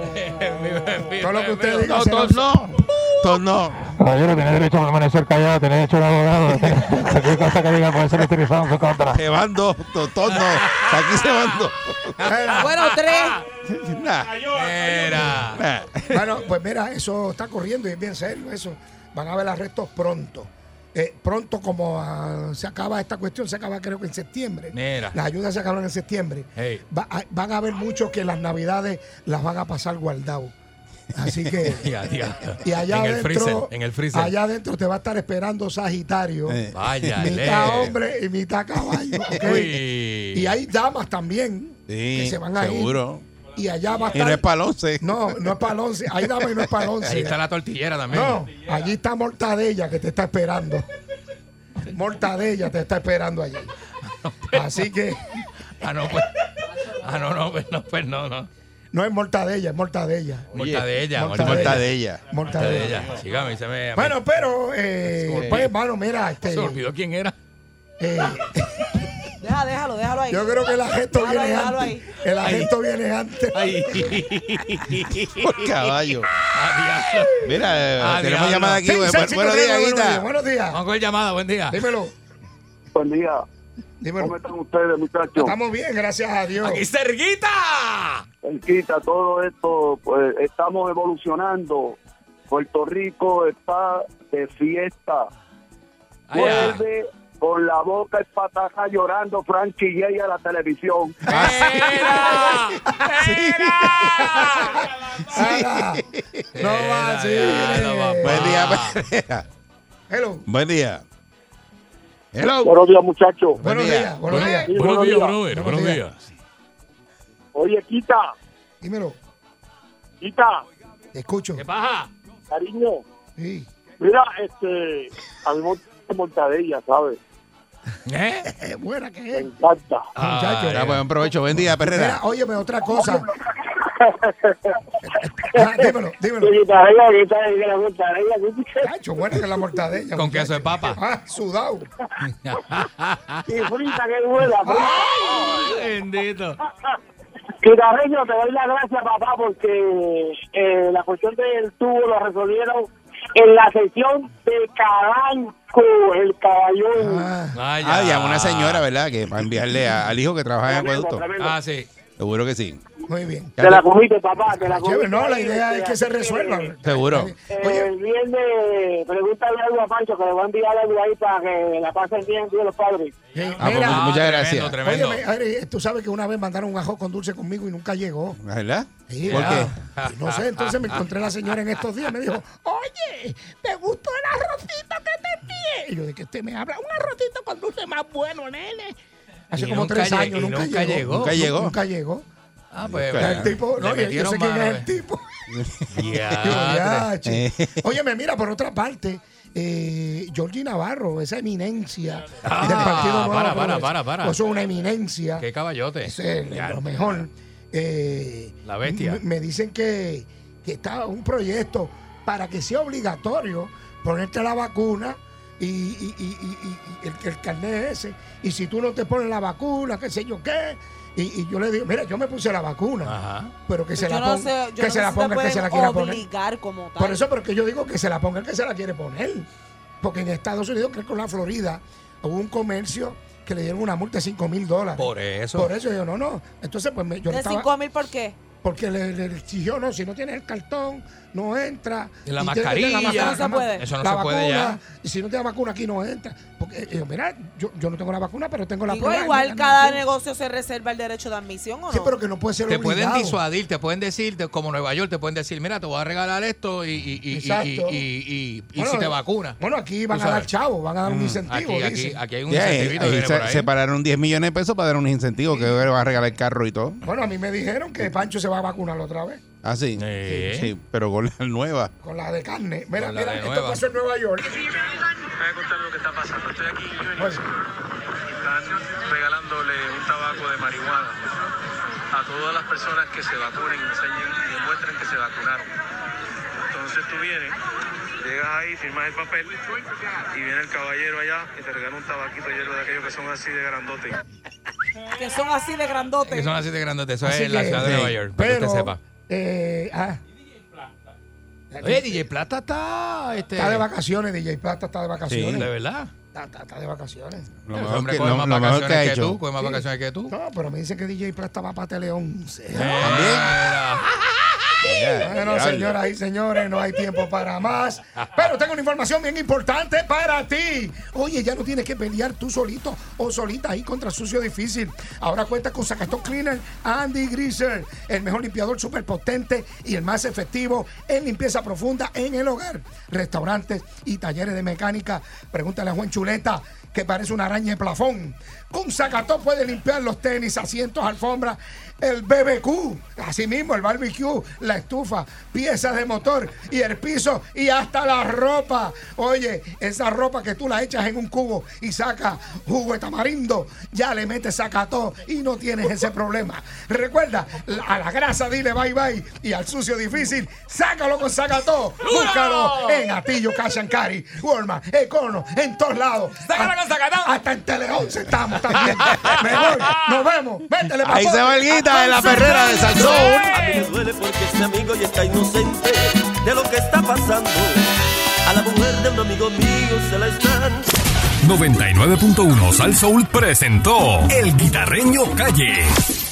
Speaker 4: Todo lo que usted diga.
Speaker 3: No,
Speaker 4: será-
Speaker 3: todos no. Todos no.
Speaker 7: Caballero, tiene derecho a permanecer callado, tiene derecho a un abogado. Cualquier cosa que diga puede ser utilizado en su contra.
Speaker 3: Se van dos. to- Todos no. Aquí se van dos.
Speaker 4: Mira,
Speaker 6: Bueno, tres.
Speaker 3: Nah,
Speaker 5: Era.
Speaker 3: nah.
Speaker 4: Bueno, pues mira, eso está corriendo y es bien serio eso. Van a haber arrestos pronto. eh, pronto, como ah, se acaba esta cuestión, se acaba creo que en septiembre.
Speaker 5: Mira.
Speaker 4: Las ayudas se acaban en septiembre.
Speaker 5: Hey.
Speaker 4: Va- hay- van a haber muchos que las navidades las van a pasar guardado. Así que.
Speaker 5: Ya, ya.
Speaker 4: Y allá
Speaker 5: en el
Speaker 4: adentro,
Speaker 5: freezer, en el freezer.
Speaker 4: Allá adentro te va a estar esperando Sagitario.
Speaker 3: Eh.
Speaker 5: Vaya,
Speaker 4: mitad
Speaker 5: Leo.
Speaker 4: hombre y mitad caballo. ¿ok?
Speaker 5: Uy.
Speaker 4: Y hay damas también que
Speaker 3: Sí,
Speaker 4: se van a
Speaker 3: seguro.
Speaker 4: ir. Y allá va a
Speaker 3: Y
Speaker 4: estar.
Speaker 3: no es para el 11.
Speaker 4: no, no es para el once. Hay damas y no es para el once.
Speaker 5: Ahí está la tortillera también.
Speaker 4: No, allí está Mortadella que te está esperando. Mortadella te está esperando allí. Así que
Speaker 5: Ah, no, pues. Ah, no, no, pues no, pues no, no.
Speaker 4: no es Mortadella, es Mortadella.
Speaker 5: Mortadella,
Speaker 4: mortadella.
Speaker 3: Mortadella.
Speaker 4: Mortadella.
Speaker 5: Mortadella. Sígame, se me.
Speaker 4: Bueno, pero, eh, pues, hermano, mira, este,
Speaker 5: se olvidó quién era.
Speaker 4: eh,
Speaker 6: Deja, déjalo, déjalo ahí.
Speaker 4: yo creo que el agento
Speaker 6: Déjalo ahí,
Speaker 4: viene
Speaker 6: déjalo
Speaker 4: antes.
Speaker 6: ahí.
Speaker 4: El agento viene antes.
Speaker 5: Ay,
Speaker 3: Por caballo.
Speaker 5: ah, diablo.
Speaker 3: Mira,
Speaker 5: Ah,
Speaker 3: eh, tenemos
Speaker 5: diablo.
Speaker 3: llamada aquí.
Speaker 4: Seis,
Speaker 3: Bu-
Speaker 4: seis,
Speaker 3: bu-
Speaker 4: cinco,
Speaker 3: Buenos
Speaker 4: tres,
Speaker 3: días,
Speaker 4: nueve,
Speaker 3: Guita.
Speaker 4: nueve, Buenos días.
Speaker 5: Vamos con llamada, buen día.
Speaker 4: Dímelo,
Speaker 8: Buen día. Pues ¿Cómo
Speaker 4: dímelo.
Speaker 8: están ustedes, muchachos?
Speaker 4: Estamos bien, gracias a Dios.
Speaker 5: ¡Aquí cerquita!
Speaker 8: Cerquita, todo esto, pues estamos evolucionando. Puerto Rico está de fiesta.
Speaker 5: Allá.
Speaker 8: Vuelve con la boca espataja llorando Frankie Yey a la televisión.
Speaker 3: Ah,
Speaker 5: ¡Era! ¡Era!
Speaker 4: Ala, No va así.
Speaker 5: Ya, no va,
Speaker 4: eh.
Speaker 3: Buen día,
Speaker 5: Ah.
Speaker 3: buen día.
Speaker 4: Hello.
Speaker 3: Buen día. Hello.
Speaker 8: Buenos días, muchachos.
Speaker 4: Buenos
Speaker 3: día.
Speaker 4: días, buenos días.
Speaker 8: buenos días,
Speaker 4: brother, buenos días.
Speaker 8: Oye, quita,
Speaker 4: Dímelo,
Speaker 8: quita,
Speaker 4: te escucho.
Speaker 5: ¿Qué pasa?
Speaker 8: cariño.
Speaker 4: Sí.
Speaker 8: Mira, este, a mí me gusta mortadella, ¿sabes?
Speaker 5: ¿Eh?
Speaker 4: Es buena que
Speaker 8: Me
Speaker 4: es.
Speaker 8: encanta.
Speaker 4: Muchacho.
Speaker 3: Ya, pues, buen provecho. Buen día,
Speaker 4: Ah, Mira,
Speaker 3: Perrera.
Speaker 4: óyeme otra cosa. Ah, dímelo, dímelo.
Speaker 8: Mortadella, que está ahí, que la mortadella, que-
Speaker 4: Cacho, buena que la mortadella.
Speaker 5: Con queso de
Speaker 4: muchacho.
Speaker 5: papa.
Speaker 4: Ah, sudado.
Speaker 8: Y frita, que duela.
Speaker 5: Bendito.
Speaker 8: Quitarreño, te doy las gracias, papá, porque eh, la cuestión del tubo lo resolvieron en la sesión de Cabanco, el caballón.
Speaker 4: Ah,
Speaker 5: Vaya.
Speaker 3: Ah, ya, una señora, ¿verdad? Que para enviarle a- al hijo que trabaja en
Speaker 8: Tremendo,
Speaker 3: acueducto.
Speaker 8: tremendo.
Speaker 5: Ah, sí.
Speaker 3: Seguro que sí.
Speaker 4: muy bien.
Speaker 8: Te la comiste, papá, te la comiste.
Speaker 4: Ah, Chévere, no, la idea
Speaker 8: Eh,
Speaker 4: es que se resuelva.
Speaker 8: eh,
Speaker 3: Seguro.
Speaker 4: Oye,
Speaker 8: El viernes, pregúntale algo a Pancho, que le voy a enviar algo ahí para que la pasen bien, Dios los padres.
Speaker 4: eh,
Speaker 3: Ah, pues,
Speaker 4: mira,
Speaker 3: muchas
Speaker 5: tremendo,
Speaker 3: gracias.
Speaker 5: Tremendo.
Speaker 4: óyeme, Ari, tú sabes que una vez mandaron un ajo con dulce conmigo y nunca llegó.
Speaker 3: ¿Verdad?
Speaker 4: Sí,
Speaker 3: ¿Por qué?
Speaker 4: ah, No sé, entonces me encontré la señora en estos días. Me dijo, oye, me gustó el arrocito que te envié. Y yo, ¿de qué usted me habla? Un arrocito con dulce más bueno, nene. Hace
Speaker 5: Y
Speaker 4: como
Speaker 5: nunca
Speaker 4: tres
Speaker 5: lle-
Speaker 4: años,
Speaker 5: y
Speaker 4: nunca,
Speaker 5: nunca
Speaker 4: llegó.
Speaker 5: llegó.
Speaker 3: Nunca llegó.
Speaker 4: Nunca llegó.
Speaker 5: Ah, pues.
Speaker 3: Claro.
Speaker 4: El tipo, no,
Speaker 5: le
Speaker 4: yo- yo
Speaker 5: metieron
Speaker 4: sé quién
Speaker 5: mano,
Speaker 4: es el
Speaker 5: eh. Ah,
Speaker 4: tipo.
Speaker 5: Ya.
Speaker 4: Oye,
Speaker 3: Eh.
Speaker 4: Óyeme, mira, por otra parte, eh, Georgie Navarro, esa eminencia del Partido Nuevo
Speaker 5: Ah, para, para,
Speaker 4: Progresista.
Speaker 5: para, para.
Speaker 4: Eso es una eminencia.
Speaker 5: Qué caballote.
Speaker 4: Es el- lo mejor. Eh,
Speaker 5: La bestia.
Speaker 4: m- Me dicen que, que está un proyecto para que sea obligatorio ponerte la vacuna y, y- y- y- y- y el, el carnet ese. Y si tú no te pones la vacuna, qué sé yo qué. Y, y yo le digo, mira, yo me puse la vacuna,
Speaker 5: Ajá.
Speaker 4: pero que se
Speaker 6: Yo
Speaker 4: la
Speaker 6: no
Speaker 4: ponga,
Speaker 6: sé- yo
Speaker 4: que
Speaker 6: no
Speaker 4: se
Speaker 6: sé
Speaker 4: la
Speaker 6: si te
Speaker 4: ponga, el que se
Speaker 6: pueden
Speaker 4: la quiera poner.
Speaker 6: obligar como tal.
Speaker 4: Por eso, porque yo digo que se la ponga el que se la quiere poner. Porque en Estados Unidos, creo que en la Florida, hubo un comercio que le dieron una multa de 5 mil dólares.
Speaker 5: Por eso.
Speaker 4: Por eso yo no, no. Entonces, pues me- yo
Speaker 6: ¿De
Speaker 4: estaba.
Speaker 6: 5 mil por qué?
Speaker 4: Porque le, le exigió, no, si no tienes el cartón, no entra.
Speaker 5: Y la
Speaker 4: Y tiene que tener
Speaker 5: mascarilla.
Speaker 4: mascarilla,
Speaker 6: Eso no se
Speaker 4: ma-
Speaker 6: puede.
Speaker 5: Eso no
Speaker 4: la
Speaker 5: se puede ya.
Speaker 4: vacuna, Y si no tienes vacuna aquí, no entra. Porque, eh, yo, mira, yo, yo no tengo la vacuna, pero tengo la
Speaker 6: Digo,
Speaker 4: prueba.
Speaker 6: igual
Speaker 4: Mira,
Speaker 6: cada
Speaker 4: no,
Speaker 6: negocio se reserva el derecho de admisión o no.
Speaker 4: Sí, pero que no puede ser
Speaker 5: Te
Speaker 4: obligado.
Speaker 5: pueden disuadir, te pueden decir, te- como Nueva York, te pueden decir, mira, te voy a regalar esto y, y, y, y,
Speaker 4: Exacto.
Speaker 5: y- y- y- y
Speaker 4: Bueno, eh,
Speaker 5: si te vacunas.
Speaker 4: Bueno, aquí van
Speaker 5: Tú
Speaker 4: a dar
Speaker 5: sabes. Mm,
Speaker 4: chavo, van a dar un incentivo.
Speaker 5: Aquí, aquí,
Speaker 4: dicen.
Speaker 5: aquí hay un
Speaker 3: Ya, eh,
Speaker 5: incentivito
Speaker 3: ahí
Speaker 5: que viene
Speaker 3: se-
Speaker 5: por ahí.
Speaker 3: separaron 10 millones de pesos para dar unos incentivos que le va a regalar el carro y todo.
Speaker 4: Bueno, a mí me dijeron que Pancho se va a vacunar otra vez.
Speaker 3: Ah, sí.
Speaker 5: Eh.
Speaker 3: Sí, pero con la nueva.
Speaker 4: Con la de carne. Mira,
Speaker 5: Con la
Speaker 4: mira,
Speaker 5: de
Speaker 4: esto
Speaker 5: nueva.
Speaker 4: pasó en Nueva York.
Speaker 9: Voy a contar lo que está pasando. Estoy aquí en
Speaker 5: Pues,
Speaker 4: Bueno,
Speaker 9: Union. Están regalándole un tabaco de marihuana a todas las personas que se vacunen y enseñen y demuestren que se vacunaron. Entonces tú vienes, llegas ahí, firmas el papel y viene el caballero allá y te regala un tabaquito lleno de aquellos que son así de grandote.
Speaker 6: Que son así
Speaker 5: Que
Speaker 6: de grandotes.
Speaker 5: son así de grandes. Eso
Speaker 4: Así
Speaker 5: es en la
Speaker 4: que-
Speaker 5: ciudad de
Speaker 4: sí,
Speaker 5: Nueva York, para que
Speaker 4: pero,
Speaker 5: usted sepa.
Speaker 4: eh, ah,
Speaker 5: Oye, DJ Plata está... Este,
Speaker 4: está de vacaciones, DJ Plata está de
Speaker 5: Sí,
Speaker 4: vacaciones.
Speaker 5: de verdad.
Speaker 4: Está, está- está de vacaciones.
Speaker 3: Lo
Speaker 5: Ese
Speaker 3: mejor
Speaker 5: hombre
Speaker 3: que,
Speaker 5: coge
Speaker 3: lo-
Speaker 5: más
Speaker 3: lo mejor que
Speaker 5: vacaciones
Speaker 3: ha
Speaker 5: que
Speaker 3: hecho.
Speaker 5: tú, coge más vacaciones que tú.
Speaker 4: No, pero me dicen que DJ Plata va para Tele 11.
Speaker 5: Mira.
Speaker 4: Bueno, señoras y señores, no hay tiempo para más. Pero tengo una información bien importante para ti. Oye, ya no tienes que pelear tú solito o solita ahí contra sucio difícil. Ahora cuentas con Sacastón Cleaner Andy Greaser, el mejor limpiador superpotente y el más efectivo en limpieza profunda en el hogar, restaurantes y talleres de mecánica. Pregúntale a Juan Chuleta, que parece una araña de plafón. Con Sacastón puedes limpiar los tenis, asientos, alfombras, el BBQ, así mismo el barbecue, la estufa, piezas de motor y el piso y hasta la ropa. Oye, esa ropa que tú la echas en un cubo y saca jugo de tamarindo, ya le metes sacató y no tienes ese problema. Recuerda, la- a la grasa dile bye bye y al sucio difícil, sácalo con sacató. Búscalo en Atillo, Cash and Carry, Walmart, Econo, en todos lados. Sácalo con sacató. Hasta en Tele 11 estamos también. Me voy, nos vemos. Métele,
Speaker 3: Ahí
Speaker 4: papá.
Speaker 3: se va el guita en la perrera de Salsón.
Speaker 10: A mí me duele porque este amigo ya está inocente de lo que está pasando. A la mujer de un amigo mío se la están.
Speaker 11: 99.1 Sal Soul presentó El Guitarreño Calle.